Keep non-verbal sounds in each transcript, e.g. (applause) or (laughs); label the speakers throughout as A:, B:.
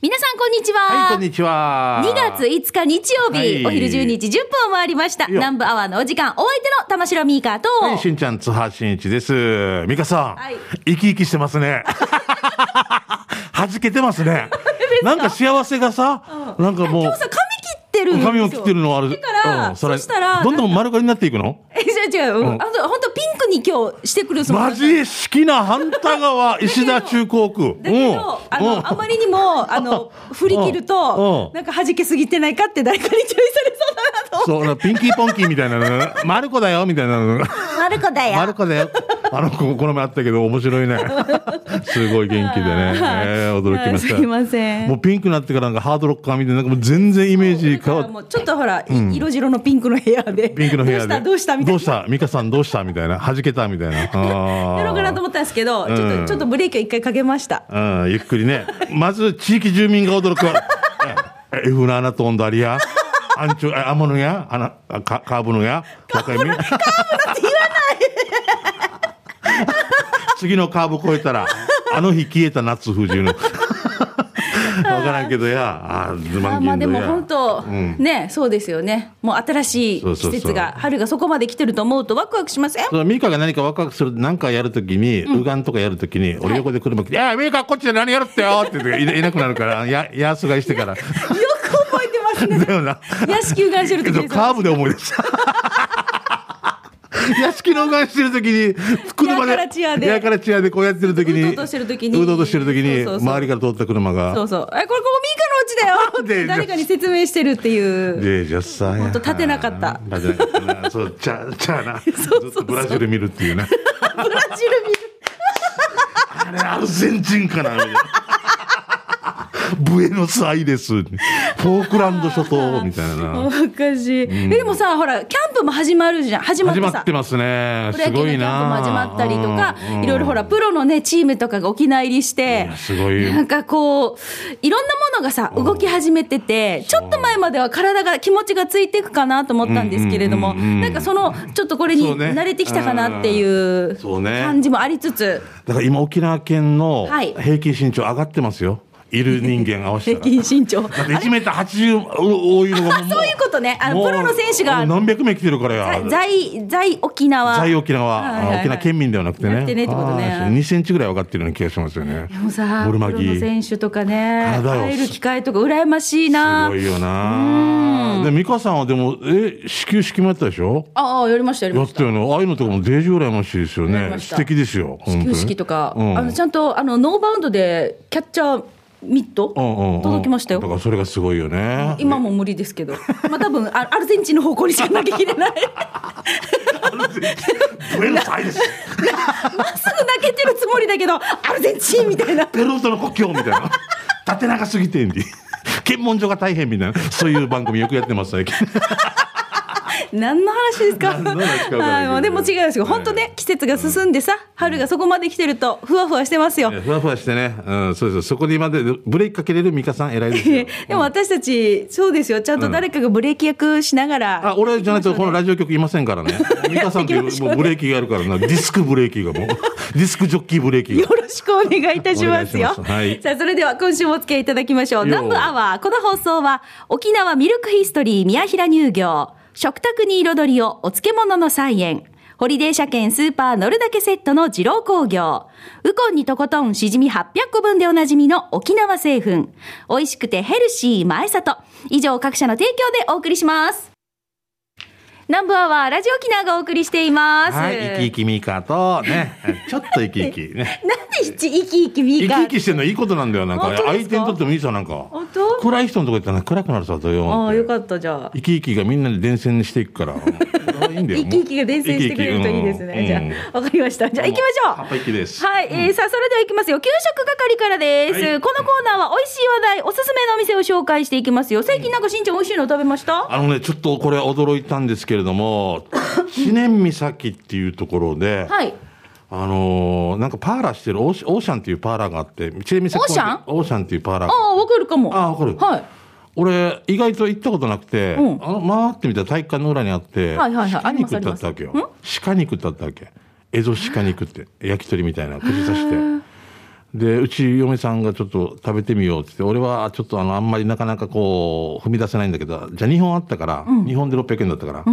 A: 皆さんこんにちは。
B: はい、こんにちは。
A: 2月5日日曜日、
B: はい
A: お昼12時10分を回りました。
B: いよ
A: 南部アワーのお時間、お相手の玉城ミーカーと、
B: はい、しんちゃん、津波しんいちです。美香さん、
A: はい
B: 生き生きしてます
A: (laughs)
B: ね。はじけてますね。なんか幸せがさ、なんかも
A: 今日さ、髪
B: う、
A: 切ってるんですよ。
B: 髪を切ってるのはあ
A: だ
B: る。
A: から、
B: うん
A: そ
B: れ
A: したら、
B: どんどん丸刈りになっていくの
A: (laughs) え、違う違う、うん
B: うん
A: あの、本当ピンクに今日してくるそうなん
B: マ
A: です
B: ジ好きな反
A: (laughs)
B: 対側、石田中高区。
A: だけ
B: うん
A: ど、あの、あまりにも、あの、振り切る
B: うん
A: と
B: う、ん
A: なんか弾けすぎてないかって誰かに注意されそうだなと思って。
B: そう、なピンキーポンキーみたいなのね。マルコだよ、みたいなのね。
A: マルコだ
B: マル
A: (laughs)
B: コだよ。あの子、この前あったけど、面白いね。すごい元気でね。えー驚きました。
A: すいません。
B: もうピンクになってからなんかハードロッカーみたいな、なんかもう全然イメージ変わ
A: も
B: っ
A: うちょっとほら、色白のピンクの部屋で。
B: ピンクの部屋で。
A: どうしたどうしたみたいな。
B: ミカさんどうしたみたいな。弾けたみたいな。あー
A: やろうかなと思った (laughs) んですけど、ちょっ
B: う
A: と、
B: ん
A: ちょっとブレーキを一回かけました。
B: うん、ゆっくりね。まず、地域住民が驚く。ええエフナーナとオンダリア。アンチュ、あアモノや、あな、あかカーブのや。カーブの、カーブって言わない。次のカーブ越えたら、あの日消えた夏風じゅうの。わからんけどや、あー、ズ
A: あ
B: マ
A: ー
B: ンギ
A: まあ
B: ン
A: で
B: ド
A: も
B: や。
A: 本当、
B: うん
A: ね、そうですよね。もう新しい
B: そう
A: 季
B: そうそう
A: 節が、春がそこまで来てると思うとワクワクしません (laughs)
B: そのミカが何かワクワクする何かやるときに、うがんとかやるときに、俺横で車来て、あミカこっちで何やるってよって言っていないなくなるから、や、やすがいして (laughs) から。
A: よく覚えてますね。
B: だよな。
A: 屋敷うがんしてる
B: け
A: 時
B: ど
A: ですよ。
B: カーブで思い
A: (laughs)
B: 出した。屋敷のうがんしてるときに、車で、
A: やからちやで
B: やからちやでこうやってるときに、
A: うどうとしてる時に
B: うどうとしてる時に
A: そうそうそう
B: 周りから通った車
A: そ
B: が、
A: うそう。え、これここミーカのうちだよ
B: で
A: 誰かに説明してるっていう。
B: で、じゃあさ、
A: ほんと立てなかった
B: 立てなかったな。そう、ちゃ、ちゃな。
A: (laughs)
B: ず
A: そうそう
B: っとブラジル見るっていうね。
A: ブラジル見る。
B: あれ、アルゼンチンかなみたいな。ブエノスアイレス、フォークランド諸島みたいな。
A: おかしい。え、でもさ、ほら、キャンプも始まるじゃん。始まって
B: 始
A: さ。
B: まってますね。
A: プロ
B: す
A: 野
B: ご
A: 球のキャ
B: い
A: ンプも
B: な。
A: 始まったりとか
B: うんう、ん
A: いろいろほら、プロのね、チームとかが沖縄入りして
B: いや、すごい
A: なんかこう、いろんなものがさ、動き始めてて、ちょっと前までは体が、気持ちがついていくかなと思ったんですけれども、
B: うんうんうんうん
A: なんかその、ちょっとこれに
B: そうね
A: 慣れてきたかなっていう
B: そうね
A: 感じもありつつ、 (laughs)
B: だから今沖縄県の
A: はい
B: 平均身長上がってますよ。いる人間合わせ
A: (laughs) 平
B: たら。
A: 均身長。
B: だって1メーター80多いのがもう。
A: (laughs) そういうことねあの
B: もう
A: プロの選手が
B: もう何百名来てるからや。
A: 在、在沖縄。
B: 在沖縄、
A: はいはいはい
B: あ沖縄県民ではなくてね。
A: なくてねってことね
B: あー2センチぐらい上がってるような気がしますよね。
A: でもさ、プ
B: ボル
A: ロ
B: マギ
A: の選手とかね、
B: 体を
A: 会える機会とか羨ましいな
B: すご。いよな。で、美香さんはでも、え、始球式もやったでしょ
A: ああ、やりました、やり
B: や
A: ま
B: っ
A: した
B: た。よね。ああいうのとかもデージ羨ましいです
A: 羨
B: よね
A: ま。し
B: 素
A: た
B: 敵ですよ。
A: 始
B: 本当
A: 球
B: に
A: 式とか、
B: うん
A: あのちゃんとあのノーバウンドでキャッチャーミット、
B: うんうんうん
A: 届きましたよ
B: だからそれがすごいよね。
A: 今も無理ですけど、まあ多分あアルゼンチンの方向にしか投げきれ (laughs) ない
B: ブエノスアイレス。
A: まっすぐ投げてるつもりだけどアルゼンチンみたいな
B: ペルーとの国境みたい (laughs) な。縦長すぎてんで。検問所が大変みたいな。そういう番組よくやってます、最 (laughs) 近。
A: 何の話ですか
B: 何の話か分からない
A: はい、もうでも違うんですよ本当ね季節が進んでさ春がそこまで来てるとふわふわしてますよ、
B: ふわふわしてね。うん、そうです。そこにまでブレーキかけれる美香さん偉いですよ。
A: (laughs) でも私たちそうですよちゃんと誰かがブレーキ役しながら、
B: (laughs) あ、俺じゃないとこのラジオ局いませんから (laughs) ね。美香さんっていうもうブレーキがあるからな。ディスクブレーキが (laughs) もう。ディスクジョッキーブレーキが
A: よ。ろしくお願いいたしますよ。
B: お願いしますはい
A: さあ、それでは今週もお付き合いいただきましょう。
B: よ
A: 南部アワー。この放送は、沖縄ミルクヒストリー宮平乳業、食卓に彩りをお漬物の菜園、ホリデー車検スーパー乗るだけセットの二郎工業、ウコンにとことんしじみ800個分でおなじみの沖縄製粉、美味しくてヘルシー前里。以上各社の提供でお送りします。南部アワー、ラジオ沖縄がお送りしています。
B: はい。生き生き美香と、ね。 (laughs) ちょっと生き生き。ね。
A: なんで一生き生きミー
B: 生き
A: カー
B: 生きしてんのいいことなんだよ。なん
A: 本
B: か
A: 当ですか
B: 相手にとってもいいさ、なんか。
A: 本当
B: 暗い人のとこ行ったら暗くなるさ、土曜
A: ああ、よかった、じゃあ。
B: 生き生きがみんなで伝染していくから。いいんだよ
A: (laughs) 生き生きが伝染してくれるといいですね。じゃあ、わかりました。じゃあ、行きましょう。
B: 葉っぱ生きです
A: はい、えーさあ、それでは行きますよ。給食係からです。
B: はい
A: このコーナーは美味しい話題、おすすめのお店を紹介していきますよ。最近なんかしんちゃん美味しいの食べました、
B: あのね、ちょっとこれ驚いたんですけれども、知念岬っていうところで、
A: はい。
B: あのーなんかパーラーしてるオーシオーシャンっていうパーラーがあって、知念岬公
A: オ
B: 園
A: ーシャン
B: オーシャンっていうパーラー
A: あ
B: が
A: あ、わかるかも。
B: あわかる
A: はい。
B: 俺、意外と行ったことなくて、
A: うん
B: あの回ってみたら体育館の裏にあって、
A: はいはいはい
B: 鹿肉
A: あり
B: だ
A: ま
B: っ
A: す
B: た
A: あ
B: わ
A: り
B: け
A: ます
B: よ。鹿肉だったわけ。蝦夷鹿肉って、焼き鳥みたいな、串刺して。で、うち嫁さんがちょっと食べてみようって言って、俺はちょっとあの、あんまりなかなかこう、踏み出せないんだけど、じゃあ2本あったから、2本で600円だったから、じゃ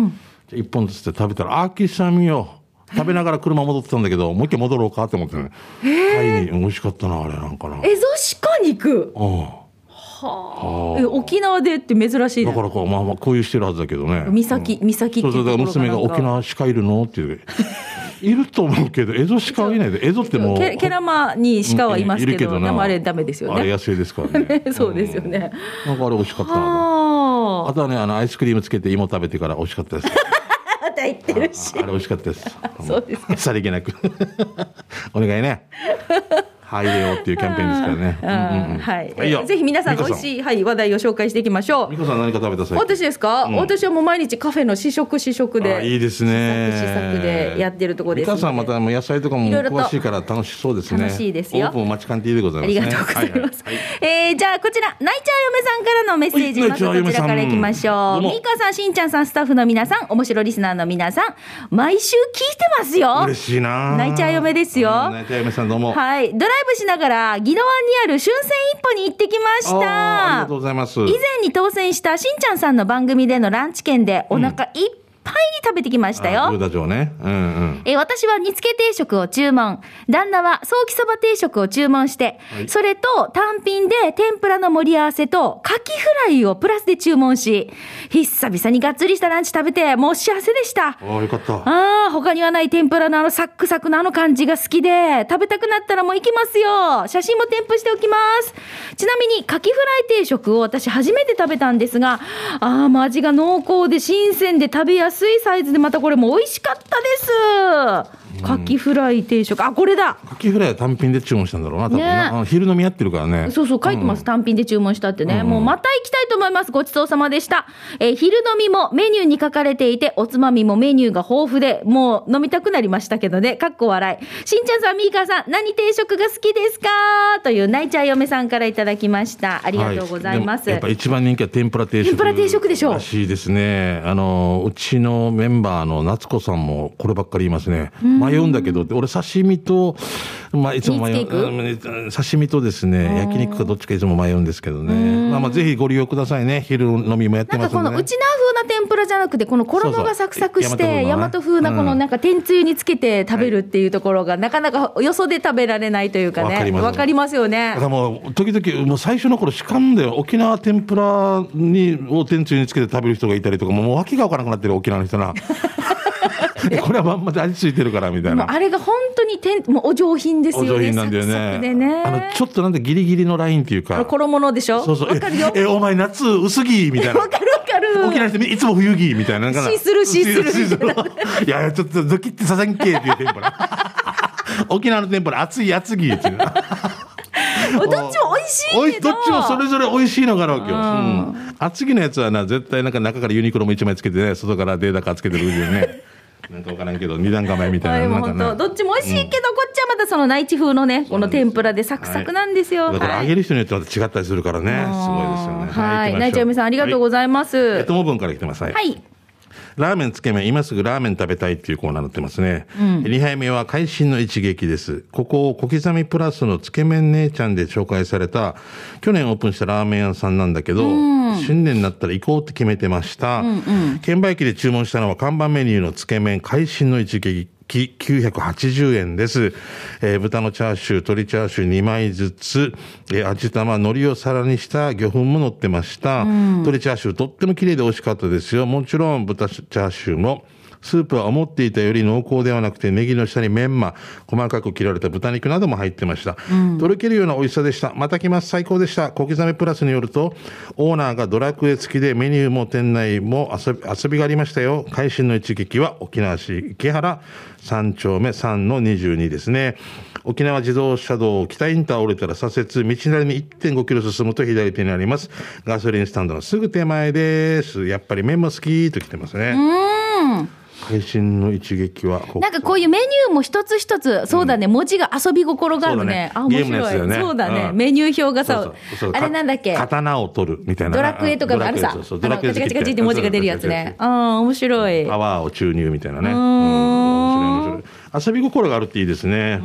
B: あ1本ずつで食べたら、あきさみよ。食べながら車戻ってたんだけど、もう一回戻ろうかって思ってね。タイに、美味しかったな、あれなんかな。
A: エゾシカ肉
B: う
A: え沖縄でって珍しい
B: ん。だ
A: ね
B: からこう、まあまあ、こういうしてるはずだけどね。
A: 三崎三崎
B: そうそう、だから
A: ってい
B: 娘
A: うと
B: が
A: ころな
B: 沖
A: んか
B: 縄しかいるのっていう。 (laughs) いると思うけど、エゾしかはいないで、エゾってもう。
A: けケラマにシカはいますけど,、
B: な
A: でもあれダメですよ
B: あれ
A: ね。
B: 野生ですからね
A: (laughs) そうですよね
B: うん。なんかあれ美味しかったな。
A: は
B: あとはね、あの、アイスクリームつけて芋食べてから美味しかったです。
A: あまた言ってるし
B: あれ美味しかったです。
A: (laughs) そうですか
B: さりげなく。お願いね。入れようっていうキャンペーン
A: (laughs)
B: ですからね。うんうんうん
A: はい、
B: いよ
A: ぜひ皆さん
B: 美
A: 美
B: 香
A: 味しい、はい、話題を紹介していきましょう
B: 美香さん何か食べた最近
A: 私ですか、
B: うん
A: 私はもう毎日カフェの試食試食
B: あ
A: で
B: いいですね。
A: 試作試作でやってるとこです
B: 美香さんまたもう野菜とかも
A: いろいろと
B: 詳しいから楽しそうですね。
A: 楽しいですよ
B: オープン待ちンティーでござい
A: あ
B: ま
A: り
B: すね。
A: がとうございます。
B: ははは
A: えーじゃあこちら、ナイチャー嫁さんからのメッセージ、
B: はい
A: まずこちらからいきましょう。
B: ナイチャー嫁さんどうも
A: ミカさん、しんちゃんさん、スタッフの皆さん、おもしろリスナーの皆さん、毎週聞いてますよ。
B: 嬉しいな。
A: 泣いちゃう嫁ですよ
B: うん泣いちゃう嫁さんどうも。
A: はい。ドライブしながら、宜野湾にある春戦一歩に行ってきまし
B: あーありが
A: た
B: とう。ございます。
A: 以前に当選したしんちゃんさんの番組でのランチ券で、お腹いっぱいに食べてきましたよ。
B: あブーダ城ね。うんうん。
A: えー私は煮付け定食を注文。旦那はソーキそば定食を注文して、
B: はい
A: それと単品で天ぷらの盛り合わせとカキフライをプラスで注文し、久々にがっつりしたランチ食べて、もう幸せでした。
B: ああ、よかった。
A: ああ、他にはない天ぷらのあのサックサクのあの感じが好きで、食べたくなったらもう行きますよ。写真も添付しておきます。ちなみに、カキフライ定食を私初めて食べたんですが、ああ、もう味が濃厚で新鮮で食べやすいサイズで、またこれも美味しかったです。カキフライ定食。あ、これだ。
B: カキフライは単品で注文したんだろうな、多分
A: ね
B: な。あの昼飲みやってるからね。
A: そうそう、書いてます。単品で注文したってね。もうまた行きたいと思います。ごちそうさまでした。えー昼飲みもメニューに書かれていて、おつまみもメニューが豊富で、もう飲みたくなりましたけどね。かっこ笑い。しんちゃんさん、みーかーさん、何定食が好きですかという、泣いちゃう嫁さんからいただきました。ありがとうございます。
B: はでもやっぱ一番人気は天ぷら定食。
A: 天ぷら定食でしょう
B: らしいですね。あの、うちのメンバーの夏子さんもこればっかり言いますね。迷うんだけどって、俺刺身と、まあいつも迷
A: 煮付け肉
B: ううん。刺身とですね、焼肉かどっちかいつも迷うんですけどね。まあまあぜひご利用くださいね。昼飲みもやっ
A: な
B: て
A: ん
B: ま
A: か
B: すん
A: こ
B: で
A: の
B: ね。
A: うちな風な天ぷらじゃなくて、この衣がサクサクして、
B: そうそう
A: 大和風なこのなんか天つゆにつけて食べるっていうところが、なかなかよそで食べられないというか
B: わか
A: ね。
B: ります
A: わかりますよね
B: だか。らもう時々、もう最初の頃、しかんだよ、沖縄天ぷらにを天つゆにつけて食べる人がいたりとか、もうもう訳が分からなくなってる、沖縄の人
A: (laughs)
B: な。これはまんまで味ついてるからみたい
A: もう
B: な。
A: あれが本当に天もうお上品ですよ
B: お
A: ね。
B: 上品なんだよ
A: サクサ
B: ね。
A: クでね。
B: あのちょっとなんでギリギリのラインっていう
A: あの
B: か。
A: 衣のでしょ。
B: そうそう。
A: わかるよ。わ
B: え、えお前夏薄着みたいな。
A: かるわかる。
B: 沖縄の人いつも冬着みたいな。なんかな
A: シースルーシースルー
B: シルーいやいや、ちょっとドキッてさせんけっていう天ぷら。
A: (laughs)
B: 沖縄の天ぷら熱い熱着っていう。
A: どっちも美味し
B: お
A: いけ
B: い
A: ど。
B: どっちもそれぞれ美味しいのがあるわけよ、うん厚着のやつはな絶対なんか中からユニクロも一枚つけてね外からデータカーつけてるよねなんかわからんけど二段構えみた
A: はいい、
B: な
A: もう
B: なん
A: 本当
B: かね
A: どっちも美味しいけど、こっちはまたその内地風のね、この天ぷらでサクサクなんですよ。
B: だから
A: は
B: 揚
A: い
B: げる人によってまた違ったりするからね、すごいですよね
A: はい、内地嫁さんありがとうご
B: ざい
A: ざいます。
B: え友分から来てますはい
A: はい。
B: ラーメンつけ麺、今すぐラーメン食べたいっていうコーナーになってますね。2杯目は会心の一撃です。ここを小刻みプラスのつけ麺姉ちゃんで紹介された、去年オープンしたラーメン屋さんなんだけど、新年になったら行こうって決めてました。券売機で注文したのは看板メニューのつけ麺、会心の一撃。980円です、えー豚のチャーシュー、鶏チャーシュー2枚ずつ、えー味玉、海苔を皿にした魚粉も乗ってました。鶏チャーシューとっても綺麗で美味しかったですよ。もちろん豚チャーシューも、スープは思っていたより濃厚ではなくて、ネギの下にメンマ、細かく切られた豚肉なども入ってました。とろけるような美味しさでした。また来ます。最高でした。小刻みプラスによると、オーナーがドラクエ付きでメニューも店内も遊び遊びがありましたよ。会心の一撃は沖縄市池原3丁目3の22ですね。沖縄自動車道北インターを降りたら左折、道なりに1.5キロ進むと左手にあります。ガソリンスタンドのすぐ手前です。やっぱり麺も好きと来てますね。会心の一撃はここ
A: なんかこういうメニューも一つ一つ、そうだね、文字が遊び心があるね。あ、
B: そうだね
A: 面
B: ゲームのやつ
A: 白
B: だよ
A: い。そうだ
B: ね
A: ね。
B: うん
A: メニュー表がさ
B: そうそう、
A: あれなんだっけ
B: か刀を取るみたいな
A: ドラクエとかのあるさ、あ
B: ドラクエそうそう
A: の
B: ド
A: ガ
B: ラク
A: チガ
B: エ好き
A: チガチって文字が出るやつね。ああ、面白い。
B: パワーを注入みたいなね
A: うーん
B: うん面白い面白い遊び心があるっていいですね。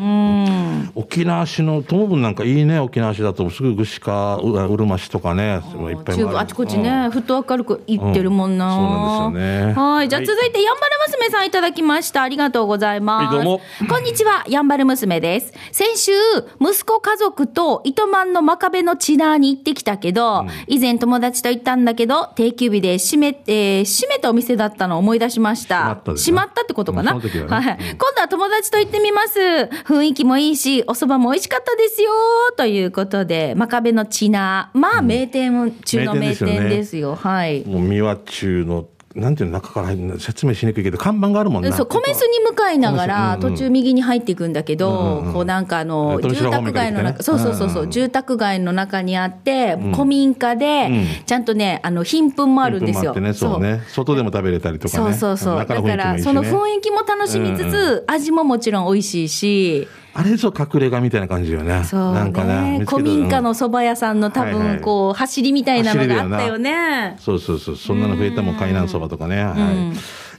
B: 沖縄市の友分なんかいいね、沖縄市だと、すぐ串か、ううるま市とかね、いっぱい
A: 中部あちこちね、ふっと明るく行ってるもんな、
B: うんそうなんですよね
A: はいじゃあ
B: はい
A: 続いてやんばる娘さんいただきましたありがとうございます、
B: はいどうも
A: こんにちはやんばる娘です先週息子家族と糸満の真壁のチナーに行ってきたけど、以前友達と行ったんだけど定休日で閉め,、えー閉めたお店だったのを思い出しました
B: 閉まったです
A: 閉
B: ね
A: まったってことかな、
B: うんその時はね
A: はい
B: うん
A: 今度は友達と行ってみます。雰囲気もいいし、お蕎麦も美味しかったですよ。ということで、真壁のチナー。まあ、名店中の名
B: 名店ですよね
A: 店ですよ。はい。
B: もう三輪中の、なんていうの、中から入るの説明しにくいけど、看板があるもんな。
A: そう、米酢に向かいながら、
B: 米酢
A: 途
B: うんうん
A: 中右に入っていくんだけど、こうなんかあの、
B: 豊
A: 住
B: 城方
A: 宅
B: 面から
A: 街
B: 来てね
A: の中、そうそうそう、
B: うん
A: そううん
B: うん
A: 住宅街の中にあって、古民家で、ちゃんとね、あの、貧粉もあるんです
B: ピンクも
A: よ。
B: ってね、そうね。外でも食べれたりとか
A: そう
B: ね。
A: そうそう。だ
B: 中
A: か
B: の雰囲気も
A: ら、
B: いいし
A: そ
B: ね
A: の雰囲気も楽しみつ
B: うん
A: つ、味ももちろん美味しいし、
B: あれぞ隠れ家みたいな感じよね。
A: そう
B: なんか
A: ね
B: ね。見つけた
A: 古民家のそば屋さんの多
B: はいは
A: 分
B: い
A: こう走りみたいなのがあったよね。
B: そうそうそう。そんなの増えたもん、海南そばとかね。はい。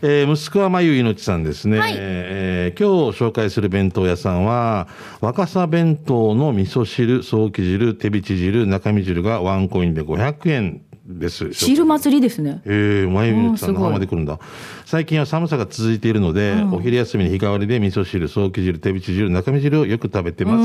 B: えー息子はまゆいのちさんですね。
A: はい
B: えー今日紹介する弁当屋さんは、若狭弁当の味噌汁、ソーキ汁、手びち汁、中身汁がワンコインで500円です。
A: 汁祭りですね。
B: ええ前見るさん
A: うんすごい
B: の浜まで来るんだ。最近は寒さが続いているので、お昼休みに日替わりで味噌汁、ソーキ汁、手びち汁、中身汁をよく食べてま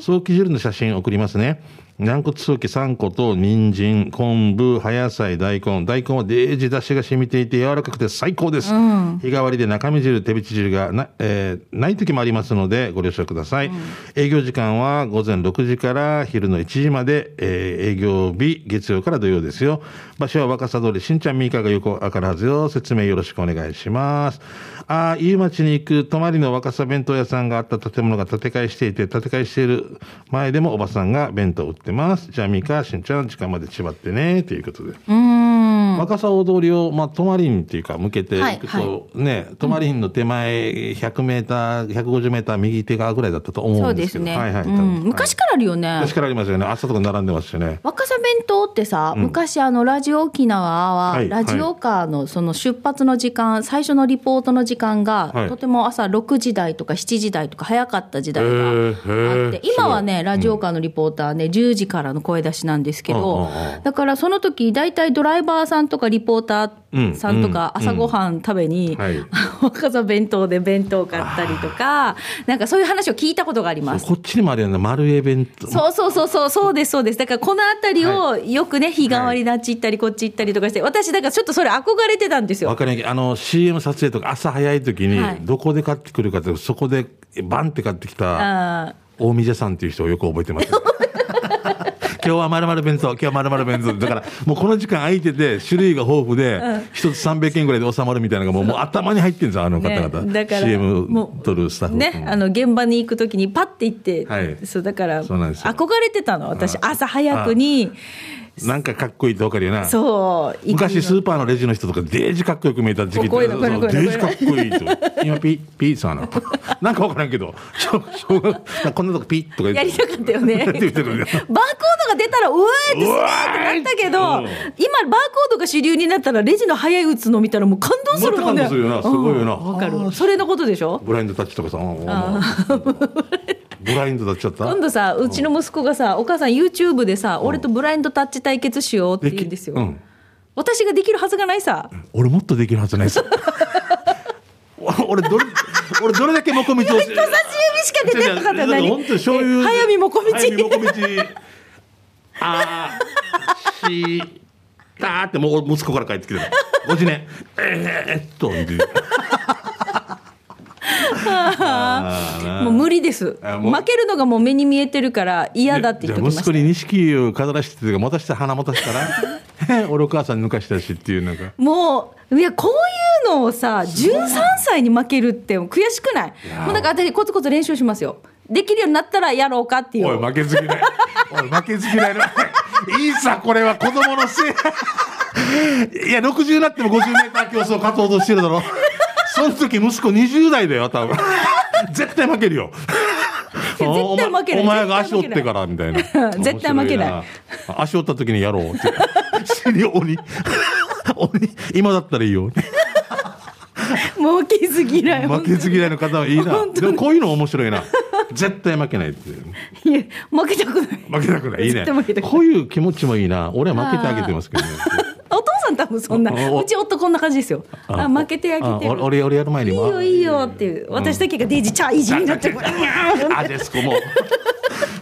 B: す。ソーキ汁の写真送りますね。軟骨ソーキ3個と、人参、昆布、葉野菜、大根。大根はデージ出汁が染みていて柔らかくて最高です。日替わりで中身汁、手びち汁がな、えーない時もありますので、ご了承ください。営業時間は午前6時から昼の1時まで、えー営業日、月曜から土曜ですよ。場所は若狭通り、新ちゃんミーカーが横分かるはずよ。説明よろしくお願いします。ああ、夕町に行く泊まりの若狭弁当屋さんがあった建物が建て替えしていて、建て替えしている前でもおばさんが弁当売ってます。じゃあミーカー、新ちゃん、時間まで縛ってね、ということで。
A: うーん。
B: 若狭大通りを、まあ、泊まりにっていうか、向けていくと、
A: はい
B: ね、泊まりの手前100メーター、150メーター右手側ぐらいだったと思
A: そううん
B: で
A: ですす
B: けど。
A: ね。
B: はいはい。多
A: う
B: 分
A: ん昔からあるよ
B: はい
A: ね。
B: 昔からありますよね。朝とか並んでますよね。
A: 若狭弁当ってさ、昔あのラジオ沖縄は、
B: はい
A: ラジオカーのその出発の時間、最初のリポートの時間が、
B: はい
A: とても朝6時台とか7時台とか早かった時代が
B: へ
A: あっ
B: ーへー
A: て、今はね、ラジオカーのリポーターね、10時からの声出しなんですけ
B: うん
A: ど
B: うんう、ん
A: だからその時、大体ドライバーさんとかリポーターさんとか
B: うん
A: 朝ごはん食べに (laughs)
B: はい、
A: 若狭弁当で弁当買ったりとか、なんかそういう話を聞いたことがあります。
B: こっちにもあるよね。丸江弁当。
A: そうそうそうそう、そうです、そうです。だからこの辺りをよくね、日替わりであっち行ったり、こっち行ったりとかして、私、だからちょっとそれ憧れてたんです
B: わ
A: よ。
B: かりにくい。あの、CM 撮影とか朝早い時に
A: はい、
B: どこで買ってくるかって、そこでバンって買ってきた、
A: あ
B: 大見社さんっていう人をよく覚え
A: (laughs)
B: てます。今日は丸々弁当、今日は丸々弁当。だから、もうこの時間空いてて、種類が豊富で、一、つ300円ぐらいで収まるみたいなのがもう、もう頭に入ってるんですよ、あの方々。
A: ねだから
B: CM
A: もう
B: 撮るスタッ
A: ー
B: フ。
A: ね、あの現場に行くときに、パって行って、
B: はい
A: そうだから、
B: そうなんですよ
A: 憧れてたの、私、朝早くに、
B: なんかかっこいいってわかるよな。
A: そう、行くの
B: 昔スーパーのレジの人とかデージかっこよく見えた時期
A: こういうのこういうの
B: そう
A: こ
B: デ
A: ういうの
B: ージかっこいい
A: (laughs)
B: と今ピッピーさんなの (laughs) なんかわからんけど小小学校こんなとこピッとか言って
A: やりたかったよね。バ
B: やって
A: ー
B: み
A: (laughs)
B: てるんだよ
A: コードが出たら、うわーって
B: うわ
A: な
B: ーい
A: ったけど、
B: うん
A: 今、バーコードが主流になったら、レジの早い打つの見たら、もう感動するもんね。
B: もっと感動するよなすごいよな
A: うんわか
B: あ
A: る。
B: ー
A: それのことでしょ
B: ブラインドタッチとかさあーあーブラインドタッチだった
A: (laughs) 今度さうちの息子がさお母さん YouTube でさ俺とブラインドタッチ対決しようって言うんですよ、
B: できうん
A: 私ができるはずがないさ
B: 俺もっとできるはずな
A: (laughs)
B: いです俺どれ俺どれだけもこみちを人
A: 人差し指しか出てなかったら何
B: 本当に醤油
A: え早見もこみち
B: 早見もこみち (laughs) あーしたーってもう息子から帰ってきてる50年えー、っとみたいなあーな
A: もう無理です
B: あもう
A: 負けるのがもう目に見えてるから嫌だって言っとき
B: じゃ
A: ま
B: あ息子
A: した
B: に錦を飾らしてて持たして鼻持たしたら (laughs) 俺お母さん抜かしたしっていうなんか
A: もういやこういうのをさ13歳に負けるって悔しくない
B: いや
A: もうだから私コツコツ練習しますよできるようになったらやろうかっていう
B: おい負けず嫌いおい負けず嫌いないいさこれは子供のせいいや60になっても 50m 競争勝とうとしてるだろその時息子20代だよ多分絶対負けるよ
A: いや絶対負けない
B: お前お前が
A: 絶対負
B: 足
A: けな
B: 折っ
A: い
B: てからみたいな
A: 絶対負けない
B: 面白な足折った時にやろうって死に鬼鬼今だったらいいよ
A: もう気づきない。
B: 負けず嫌いの方はいいな
A: 本当に
B: でもこういうの面白いな絶対負けないっていう
A: いや負けたくない。
B: 負けたくないいいね
A: 絶対負けたくない
B: こういう気持ちもいいな俺は負けてあげてますけどね
A: お父さん多分そんな。
B: おお
A: うち夫こんな感じですよ。あ負けてあげて
B: あ
A: る。
B: 俺俺やる前に
A: いい
B: も
A: よいいよっていう。私だけがデイジーチャーイジーになってる。
B: あですこも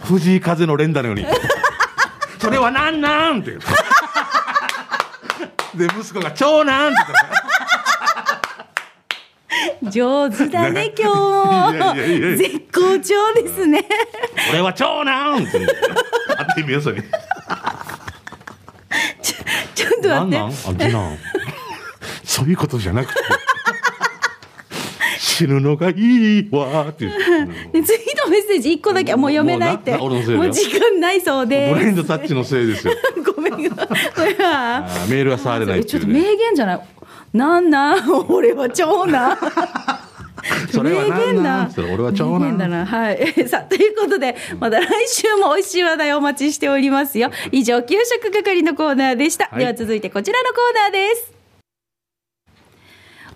B: 藤井風の連打のようにそれはなんなんって言うで息子が長男って
A: 上手だ
B: (laughs)
A: ね今日
B: い
A: も
B: やいやいやいや
A: 絶好調ですね (laughs)
B: 言った俺は長男って言うあってみようそれ
A: ちょっと
B: なんなん
A: 待
B: あ
A: って
B: 次男そういうことじゃなくて死ぬのがいいわっていう
A: で次のメッセージ一個だけあもう読めないって
B: もうな俺のせいだよ
A: もう時間ないそう
B: ブレイ
A: で
B: ンドタッチのせいですよ
A: す (laughs) ごめ
B: (laughs)
A: んがこれ
B: あ
A: は
B: ーメールは触れないっ
A: え
B: て
A: ち
B: い
A: ょっと
B: うね
A: 名言じゃないなんなん (laughs) 俺は長男
B: それはなんなんそれ俺は長
A: 名言だ
B: 男
A: なはい (laughs) えさあということでまた来週も美味しい話題をお待ちしておりますよ以上給食係のコーナーでした、
B: はい
A: では続いてこちらのコーナーです